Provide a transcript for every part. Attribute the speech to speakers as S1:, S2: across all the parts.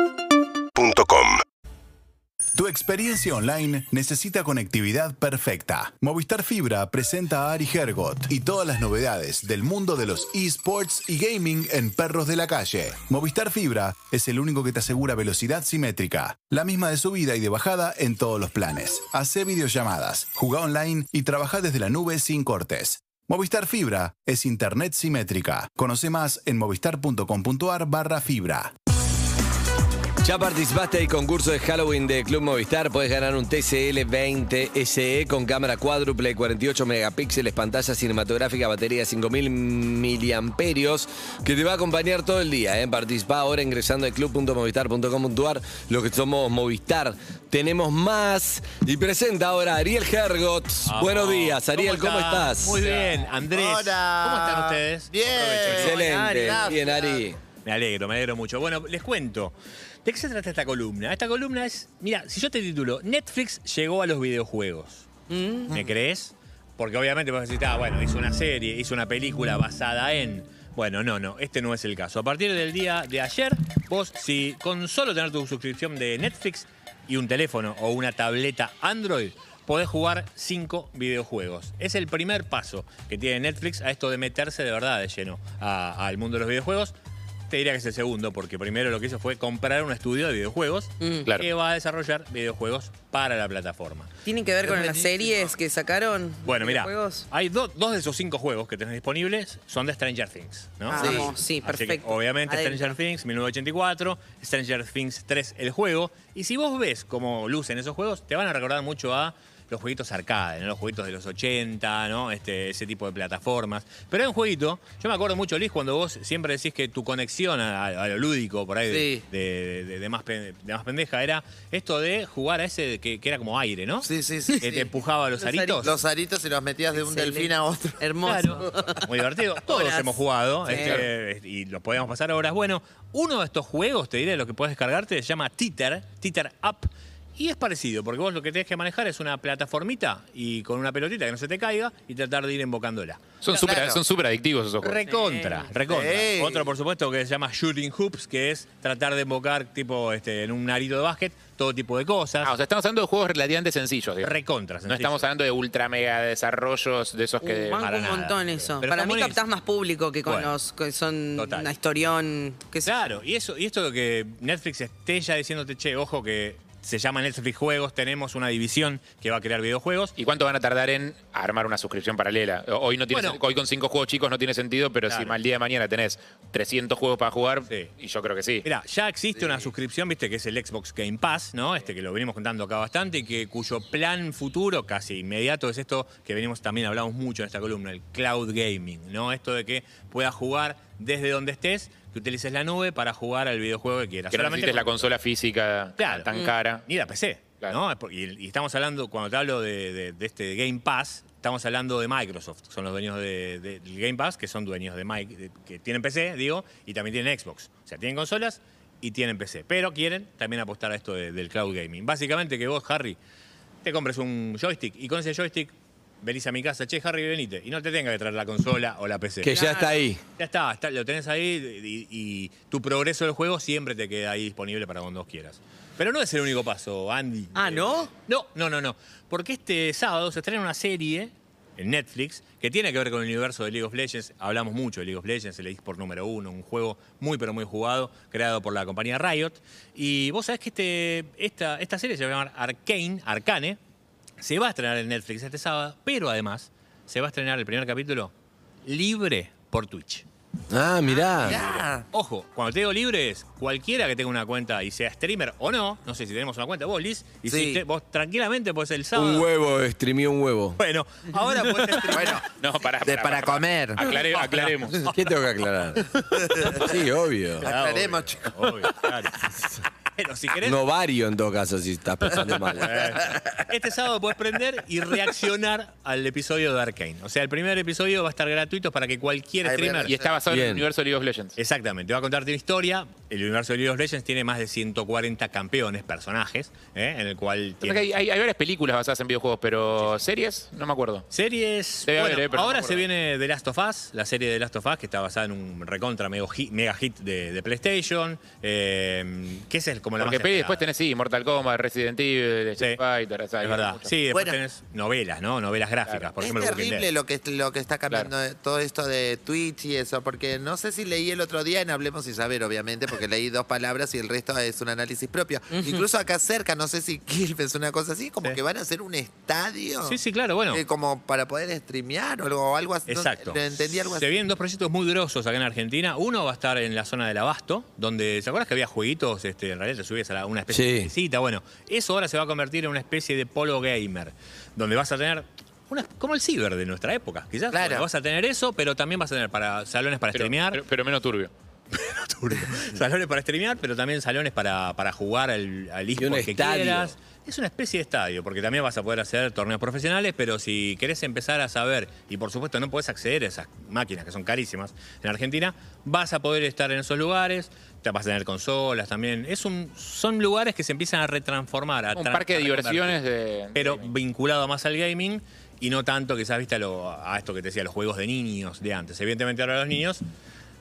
S1: UrbanaPlayFM.com
S2: Tu experiencia online necesita conectividad perfecta. Movistar Fibra presenta a Ari Hergot y todas las novedades del mundo de los esports y gaming en perros de la calle. Movistar Fibra es el único que te asegura velocidad simétrica, la misma de subida y de bajada en todos los planes. Hacé videollamadas, jugá online y trabaja desde la nube sin cortes. Movistar Fibra es internet simétrica. Conoce más en movistar.com.ar barra fibra.
S3: Ya participaste del concurso de Halloween de Club Movistar. Puedes ganar un TCL 20 SE E con cámara cuádruple, 48 megapíxeles, pantalla cinematográfica, batería 5000 miliamperios, que te va a acompañar todo el día. ¿eh? Participá ahora ingresando a club.movistar.com.ar. Los que somos Movistar tenemos más. Y presenta ahora a Ariel Hergot. Buenos días, Ariel, ¿cómo, estás?
S4: Muy bien, Andrés.
S5: Hola.
S4: ¿Cómo están ustedes?
S5: Bien.
S3: Excelente.
S5: Hola, Ari.
S3: Bien, Ari.
S4: Me alegro, me alegro mucho. Bueno, les cuento. ¿De qué se trata esta columna? Esta columna es, mira, si yo te titulo, Netflix llegó a los videojuegos. ¿Me crees? Porque obviamente vas a decir, ah, bueno, hizo una serie, hizo una película basada en... Bueno, no, no, este no es el caso. A partir del día de ayer, vos, si con solo tener tu suscripción de Netflix y un teléfono o una tableta Android, podés jugar cinco videojuegos. Es el primer paso que tiene Netflix a esto de meterse de verdad de lleno a- al mundo de los videojuegos. Te diría que es el segundo, porque primero lo que hizo fue comprar un estudio de videojuegos
S6: Claro.
S4: que va a desarrollar videojuegos para la plataforma.
S7: ¿Tienen que ver con las series que sacaron?
S4: Bueno, mira,
S7: ¿Videojuegos?
S4: hay do- dos de esos cinco juegos que tenés disponibles son de Stranger Things, ¿no?
S7: Ah, Sí. vamos,
S4: Así
S7: sí,
S4: que,
S7: perfecto.
S4: obviamente
S7: Adentro.
S4: Stranger Things 1984, Stranger Things 3 el juego, y si vos ves cómo lucen esos juegos, te van a recordar mucho a los jueguitos arcade, ¿no? los jueguitos de los 80, ¿no? Este, ese tipo de plataformas. Pero hay un jueguito, yo me acuerdo mucho, Liz, cuando vos siempre decís que tu conexión a, a- a lo lúdico por ahí de-
S7: Sí.
S4: de, de- de más pen- de más pendeja era esto de jugar a ese que, que era como aire, ¿no?
S5: Sí, sí, sí.
S4: Que
S5: sí.
S4: te empujaba a los,
S7: Los
S4: aritos.
S5: Los aritos y los metías de un
S7: Excelente.
S5: delfín a otro.
S7: Hermoso.
S4: Muy divertido. Todos
S7: Horas.
S4: hemos jugado
S7: Sí.
S4: este, este, y lo podíamos pasar horas. Bueno, uno de estos juegos, te diré, lo que puedes descargarte, se llama Titer, Titer App. Y es parecido, porque vos lo que tenés que manejar es una plataformita y con una pelotita que no se te caiga y tratar de ir embocándola.
S6: Son súper
S5: Claro.
S6: son súper adictivos esos juegos.
S4: Recontra, recontra.
S5: Sí.
S4: Otro, por supuesto, que se llama Shooting Hoops, que es tratar de embocar, tipo, este, en un arito de básquet, todo tipo de cosas.
S6: Ah, o sea, estamos hablando de juegos relativamente sencillos. digamos.
S4: Recontra,
S6: No
S4: sencillo.
S6: estamos hablando de ultra mega desarrollos de esos que.
S7: Uh, banco
S4: para
S7: un
S4: nada.
S7: montón eso.
S4: Pero
S7: Para
S4: está
S7: mí
S4: buenísimo.
S7: captás más público que con
S4: Bueno,
S7: los que son
S4: total.
S7: una historión. Que
S4: Claro, y eso, y esto de que Netflix esté ya diciéndote, che, ojo que se llama Netflix Juegos, tenemos una división que va a crear videojuegos.
S6: ¿Y cuánto van a tardar en armar una suscripción paralela? Hoy no tiene,
S4: Bueno.
S6: hoy con cinco juegos chicos no tiene sentido, pero si
S4: Claro.
S6: mal día de mañana tenés 300 juegos para jugar,
S4: Sí.
S6: y yo creo que sí.
S4: Mira, ya existe una suscripción, viste, que es el Xbox Game Pass, ¿no? Este que lo venimos contando acá bastante y que cuyo plan futuro, casi inmediato, es esto que venimos también hablamos mucho en esta columna, el cloud gaming, ¿no? Esto de que puedas jugar desde donde estés, que utilices la nube para jugar al videojuego que quieras.
S6: que no
S4: Solamente
S6: necesites la
S4: con-
S6: consola física
S4: Claro.
S6: tan cara.
S4: ni la PC.
S6: Mm. Claro.
S4: ¿no? Es por- Y, y estamos hablando, cuando te hablo de, de- de este Game Pass, estamos hablando de Microsoft, que son los dueños de, de- del Game Pass, que son dueños de Mike, de- que tienen PC, digo, y también tienen Xbox. O sea, tienen consolas y tienen PC. Pero quieren también apostar a esto de- del cloud gaming. Básicamente que vos, Harry, te compres un joystick y con ese joystick venís a mi casa, che, Harry, venite. Y no te tenga que traer la consola o la PC.
S3: Que ya está ahí.
S4: Ya está, está- lo tenés ahí y, y tu progreso del juego siempre te queda ahí disponible para cuando vos quieras. Pero no es el único paso, Andy.
S7: Ah, ¿no?
S4: No, no, no, no. Porque este sábado se estrena una serie en Netflix que tiene que ver con el universo de League of Legends. Hablamos mucho de League of Legends, el eSport número uno, un juego muy pero muy jugado, creado por la compañía Riot. Y vos sabés que este, esta, esta serie se va a llamar Arcane, Arcane. Se va a estrenar en Netflix este sábado, pero además se va a estrenar el primer capítulo libre por Twitch.
S3: Ah, mirá.
S5: Ah,
S4: Ojo, cuando te digo libre es cualquiera que tenga una cuenta y sea streamer o no, no sé si tenemos una cuenta vos, Liz, y si
S5: Sí.
S4: te- vos tranquilamente podés el sábado.
S3: Un huevo, streameé un huevo.
S4: Bueno, ahora podés streamear.
S5: Bueno,
S6: No, para,
S5: de para comer.
S4: Ah,
S6: Aclare- aclaremos.
S3: ¿Qué tengo que aclarar? Sí, obvio.
S4: Ah, obvio,
S5: aclaremos, chicos.
S4: obvio, claro. Pero si querés,
S3: No vario en todo caso, si estás pensando mal.
S4: este sábado podés prender y reaccionar al episodio de Arkane. O sea, el primer episodio va a estar gratuito para que cualquier
S5: Ahí
S4: streamer.
S5: verás.
S6: Y está basado en
S3: Bien.
S6: el universo de League of Legends.
S4: Exactamente, te va a contarte una historia el universo de League of Legends tiene más de 140 campeones, personajes, ¿eh? en el cual
S6: Pasa
S4: tiene
S6: que Hay, hay- hay varias películas basadas en videojuegos, pero series, no me acuerdo.
S4: series.
S6: Debe
S4: bueno,
S6: haber, eh, pero no me
S4: ahora se
S6: acuerdo.
S4: viene The Last of Us, la serie de Last of Us, que está basada en un recontra mega hit, mega hit de, de PlayStation. eh, que ese es como la
S6: Porque
S4: más
S6: pe-
S4: esperada.
S6: después tenés, sí, Mortal Kombat, Resident Evil, Street Fighter, o sea,
S4: es
S6: hay
S4: verdad.
S6: mucho.
S4: Sí, después
S5: Bueno.
S4: tenés novelas, ¿no? Novelas gráficas. Por
S5: Es
S4: ejemplo, Walking
S5: terrible
S4: Dead.
S5: lo que, lo que está cambiando eh, todo esto de Twitch y eso, porque no sé si leí el otro día en Hablemos y Saber, obviamente, porque leí dos palabras y el resto es un análisis propio. Incluso acá cerca, no sé si Kilp es una cosa así, como
S4: Sí.
S5: que van a hacer un estadio.
S4: Sí, sí, claro, bueno.
S5: eh, como para poder streamear o algo, algo así. No-
S4: Exacto.
S5: no entendí algo
S4: Se
S5: así.
S4: vienen dos proyectos muy grosos acá en Argentina. Uno va a estar en la zona del Abasto, donde, ¿se acuerdas que había jueguitos? Este, en realidad te subías a la- una especie
S3: Sí.
S4: de cita. Bueno, eso ahora se va a convertir en una especie de polo gamer, donde vas a tener. una- como el ciber de nuestra época, quizás.
S5: Claro.
S4: Bueno, vas a tener eso, pero también vas a tener para salones para
S6: Pero,
S4: streamear.
S6: pero- pero menos turbio.
S4: salones para streamear, pero también salones para, para jugar al, al
S3: un
S4: eSport que
S3: estadio.
S4: quieras. Es una especie de estadio, porque también vas a poder hacer torneos profesionales, pero si querés empezar a saber, y por supuesto no podés acceder a esas máquinas que son carísimas en Argentina, vas a poder estar en esos lugares, te vas a tener consolas también. Es un, son lugares que se empiezan a retransformar. A
S6: Un
S4: tra-
S6: parque de
S4: a reconvertir
S6: diversiones de.
S4: pero
S6: de-
S4: vinculado más al gaming y no tanto quizás viste a, lo- a esto que te decía, los juegos de niños de antes. Evidentemente ahora los niños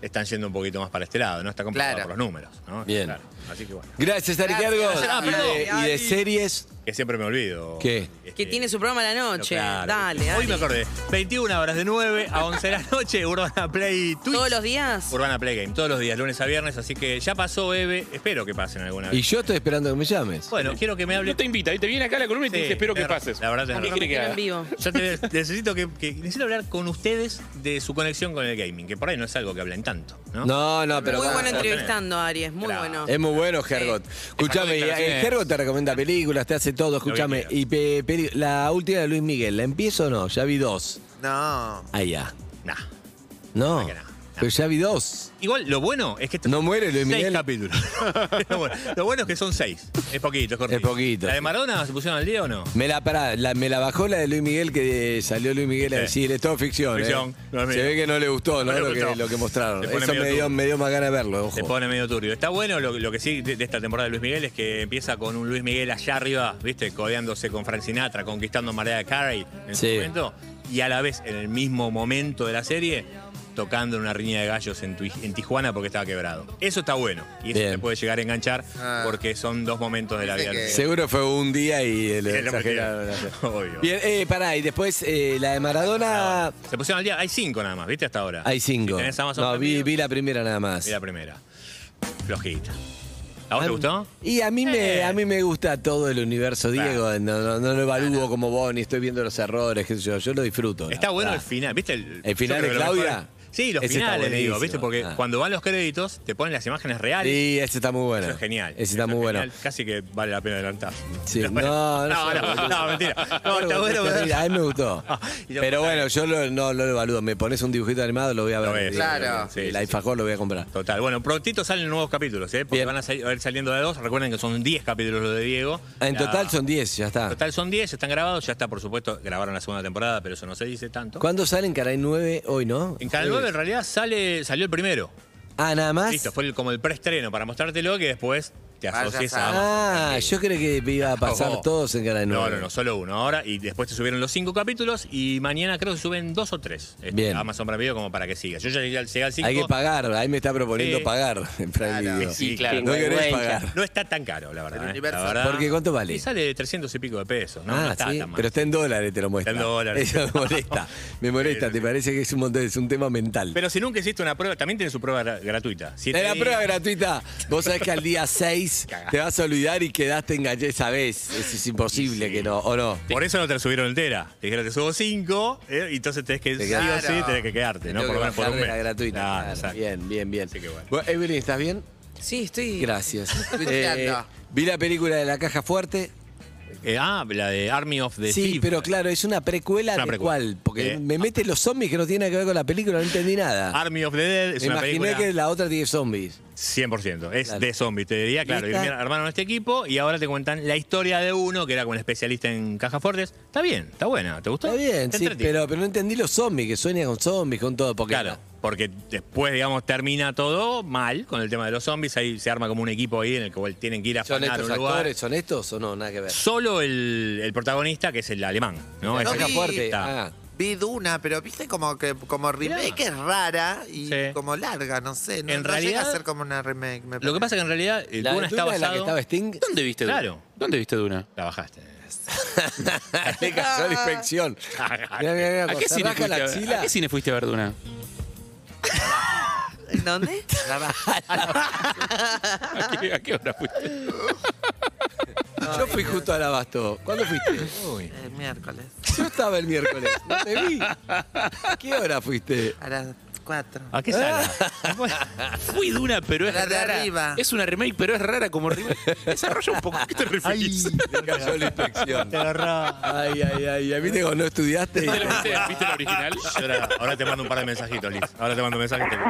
S4: están yendo un poquito más para este lado, ¿no? Está comprobado
S5: Claro.
S4: por los números, ¿no?
S3: Bien.
S4: Claro. Así que bueno.
S3: Gracias, Ari
S7: Gracias.
S3: Cargos.
S7: Ah,
S3: Y de-
S7: perdón.
S3: y de series.
S4: Que siempre me olvido.
S3: ¿Qué?
S4: Este,
S7: Que tiene su programa a la
S4: pero
S7: noche.
S4: claro.
S7: Dale, dale.
S4: Hoy me acordé. 21 horas de 9 a 11 de la noche, Urbana Play Twitch.
S7: ¿Todos los días?
S4: Urbana Play Game, todos los días, lunes a viernes. Así que ya pasó, Eve. Espero que pasen alguna
S3: Y
S4: vez.
S3: yo estoy esperando que me llames.
S4: Bueno, quiero que me hable.
S6: No te invita, te viene acá a la columna y te
S4: Sí,
S6: dice, espero que
S4: tenés razón.
S6: pases.
S4: La verdad tenés
S6: ¿Qué
S4: razón.
S6: quiere que
S7: Quiero en
S6: haga?
S7: vivo.
S4: Ya te- necesito que, que- necesito hablar con ustedes de su conexión con el gaming, que por ahí no es algo que hablan tanto, ¿no?
S3: No, no, pero.
S7: Muy
S3: va.
S7: bueno entrevistando, Aries. Muy
S4: Claro. Em-
S7: bueno.
S3: Es muy bueno, Hergot. Escúchame, y, eh,
S6: declaraciones.
S3: Hergot te recomienda películas, te hace todo, escúchame.
S4: quiera.
S3: Y pe- peli- la última de Luis Miguel, ¿la empiezo o no? Ya vi dos.
S5: No.
S3: Allá.
S4: Nah.
S3: No.
S4: No, que no, no.
S3: Pero ya vi dos.
S4: Igual, lo bueno es que... esto-
S3: No muere Luis
S4: seis
S3: Miguel.
S4: capítulos. lo, bueno, lo bueno es que son seis. Es poquito, es cortito.
S3: Es poquito.
S4: ¿La de Maradona se pusieron al día o no?
S3: Me la, pará, la- me la bajó la de Luis Miguel que eh, salió Luis Miguel a
S4: Sí.
S3: decir, es todo ficción. eh".
S4: Ficción, no es
S3: Se
S4: mío.
S3: ve que no le gustó, ¿no?
S4: No le
S3: lo, que,
S4: gustó.
S3: lo que mostraron.
S4: Se pone
S3: Eso
S4: medio
S3: me dio,
S4: turbio.
S3: me dio más ganas de verlo, ojo.
S4: Se pone medio turbio. Está bueno lo, lo que sí de, de esta temporada de Luis Miguel es que empieza con un Luis Miguel allá arriba, ¿viste? Codeándose con Frank Sinatra, conquistando Marea de Carey en
S3: Sí.
S4: su momento. Y a la vez, en el mismo momento de la serie, tocando en una riña de gallos en, Tui- en Tijuana porque estaba quebrado. Eso está bueno. Y eso
S3: Bien.
S4: te puede llegar a enganchar
S5: Ah.
S4: porque son dos momentos de la vida.
S5: Dice
S4: de Luis
S5: que-
S3: Seguro fue un día y eh, lo
S4: Miguel. Es lo que
S3: exageraron.
S4: tiene. Obvio.
S3: Bien, eh, pará, y después eh, la de Maradona.
S4: Se pusieron al día. Hay cinco nada más, ¿viste? Hasta ahora.
S3: Hay cinco.
S4: Ah, Si tenés Amazon
S3: no, vi,
S4: Prime
S3: vi
S4: Video,
S3: la primera nada más.
S4: vi la primera. Flojita. ¿A vos te gustó?
S3: Y a mí me,
S4: Eh.
S3: a mí me gusta todo el universo, Diego. No, no, no lo evalúo como vos, ni estoy viendo los errores, qué sé yo. Yo lo disfruto.
S4: Está
S3: la
S4: bueno el
S3: verdad.
S4: final, ¿viste? El,
S3: Ah. ¿El final
S4: yo creo
S3: de
S4: que lo
S3: Claudia?
S4: mejor- sí, los
S3: Ese está
S4: finales, digo, ¿viste?
S3: buenísimo.
S4: Porque
S3: Ah.
S4: cuando van los créditos, te ponen las imágenes reales.
S3: Sí, ese está muy bueno.
S4: Eso es genial.
S3: Ese está
S4: Eso es
S3: muy bueno.
S4: genial. Casi que vale la pena adelantar.
S3: Sí,
S4: Pero
S3: no, no,
S4: no,
S3: sé,
S4: no,
S3: boludo.
S4: no, mentira. No,
S3: Algo
S4: está
S3: que
S4: bueno,
S3: te
S4: pero-
S3: rías. A mí me gustó.
S4: Y lo-
S3: Pero bueno, yo lo- no no lo evalúo. Me pones un dibujito animado, lo voy a
S4: Lo
S3: ver. Eh,
S4: ves.
S5: Claro.
S4: Sí,
S3: el
S4: sí,
S3: alfajor lo voy a comprar.
S4: Total, bueno, prontito salen nuevos capítulos, ¿eh? Porque
S3: Bien.
S4: van a sal- a ir saliendo de a dos. Recuerden que son 10 capítulos los de Diego.
S3: Ah, En
S4: La-
S3: total son 10, ya
S4: En
S3: está.
S4: total son 10, están grabados. Ya está, por supuesto, grabaron la segunda temporada, pero eso no se dice tanto.
S3: ¿Cuándo salen? Caray 9 hoy, ¿no?
S4: En Canal 9 en realidad sale, salió el primero.
S3: Ah, nada más.
S4: Listo, fue el- como el preestreno para mostrártelo que después te
S5: Vaya
S4: asocies
S5: a-
S4: a Amazon.
S3: Ah, yo creo que iba a pasar
S4: Ojo.
S3: todos en Canal 9.
S4: No, no, no, solo uno ahora. Y después te subieron los cinco capítulos y mañana creo que suben dos o tres. este,
S3: Bien.
S4: a Amazon Prime Video como para que sigas. Yo ya llegué al, llegué al cinco.
S3: Hay que pagar, ahí me está proponiendo
S4: Sí.
S3: pagar en Prime
S5: Claro.
S3: Video.
S6: Sí, claro.
S3: No querés pagar.
S4: No está tan caro, la verdad.
S5: El
S4: ¿eh?
S5: universo.
S4: La verdad.
S3: Porque ¿cuánto vale?
S4: Y sale de 300 y pico de pesos. No,
S3: ah,
S4: No está
S3: sí,
S4: tan mal.
S3: pero está en dólares, te lo muestra.
S4: Está en dólares.
S3: Eso me molesta. Me molesta, te parece que es un montón, es un tema mental.
S4: Pero si nunca hiciste una prueba, también tiene su prueba gra- gratuita. Siete
S3: En la
S4: días.
S3: prueba gratuita, vos sabés que al día 6
S4: Cagá.
S3: te vas a olvidar y quedaste enganchado esa vez. Eso es imposible
S4: Sí.
S3: que no, ¿o no?
S4: Por eso no te la subieron entera. Te dijeron, te subo cinco, ¿eh? y entonces tenés que,
S3: Te
S4: sí o
S5: quedas-
S4: sí, tenés que quedarte,
S3: Tengo
S4: ¿no? Por
S3: que
S4: lo menos por
S3: bajar
S4: un
S3: de
S4: mes.
S3: la gratuita.
S4: Claro,
S3: claro.
S4: exacto.
S3: Bien, bien, bien.
S4: Así que bueno.
S3: Bueno, Evelyn, ¿estás bien?
S7: Sí, estoy.
S3: Gracias. Eh,
S5: Tuiteando.
S3: vi la película de la caja fuerte.
S4: Eh, ah, la de Army of the
S3: sí,
S4: Thieves.
S3: pero claro, es una precuela
S4: Es una
S3: de
S4: precuela.
S3: cuál. Porque
S4: Eh,
S3: me mete los zombies que no tienen nada que ver con la película, no entendí nada.
S4: Army of the Dead es
S3: me
S4: una
S3: imaginé
S4: película
S3: que la otra tiene zombies.
S4: 100%. Es
S3: Claro.
S4: de zombies, te diría. Claro,
S3: ¿Lista?
S4: y mira, armaron este equipo y ahora te cuentan la historia de uno que era como un especialista en cajas fuertes. Está bien, está buena. ¿Te gustó?
S3: Está bien,
S4: Te
S3: sí,
S4: entretiene.
S3: pero, pero no entendí los zombies, que sueña con zombies, con todo. Porque
S4: Claro. Porque después, digamos, termina todo mal con el tema de los zombies. Ahí se arma como un equipo ahí en el que tienen que ir a
S3: ¿Son
S4: afanar
S3: estos
S4: un lugar.
S3: actores? ¿Son estos o no? Nada que ver.
S4: Solo el, el protagonista, que es el alemán, ¿no?
S5: No
S4: Es el
S5: vi.
S4: que
S3: fuerte.
S4: está.
S3: Ah.
S5: Vi Duna, pero viste como que como remake es rara y
S4: Sí.
S5: como larga, no sé. No,
S4: En
S5: no llega
S4: realidad-
S5: a ser como una remake. me
S4: Lo que pasa es que en realidad eh,
S3: La
S4: Duna está
S3: aventura en la
S4: basado...
S3: que estaba Sting
S6: ¿Dónde viste Duna?
S4: Claro.
S6: ¿Dónde viste Duna?
S4: La bajaste.
S3: le cayó la inspección. Mirá, mirá, mirá,
S6: ¿A
S3: cuando
S6: qué,
S3: se
S6: cine
S3: rasca
S6: fuiste
S3: la
S6: a ver-
S3: axila,
S6: a qué cine fuiste a ver Duna?
S7: ¿En dónde?
S6: ¿A qué, a qué hora fuiste?
S3: Yo fui justo al abasto. ¿Cuándo fuiste?
S4: Uy.
S5: parece. El miércoles,
S3: Yo estaba el miércoles. No te vi. ¿A qué hora fuiste?
S5: a las 4.
S4: ¿A qué sala?
S6: Fui Duna, pero es
S5: La de
S6: rara.
S5: arriba.
S6: Es una remake, pero es rara como remake. Desarrolla un poco. ¿A qué te referís?
S3: Le cayó la inspección. Ay, ay, ay. A mí te digo, no estudiaste.
S6: ¿Te la ¿Viste, ¿Viste la original?
S4: Yo ahora, ahora te mando un par de mensajitos, Liz. Ahora te mando mensajitos.
S3: Muy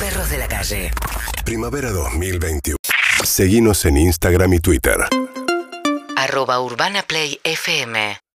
S1: Perros de la calle.
S8: Primavera 2021. Seguinos en Instagram y Twitter.
S1: Arroba Urbana Play FM.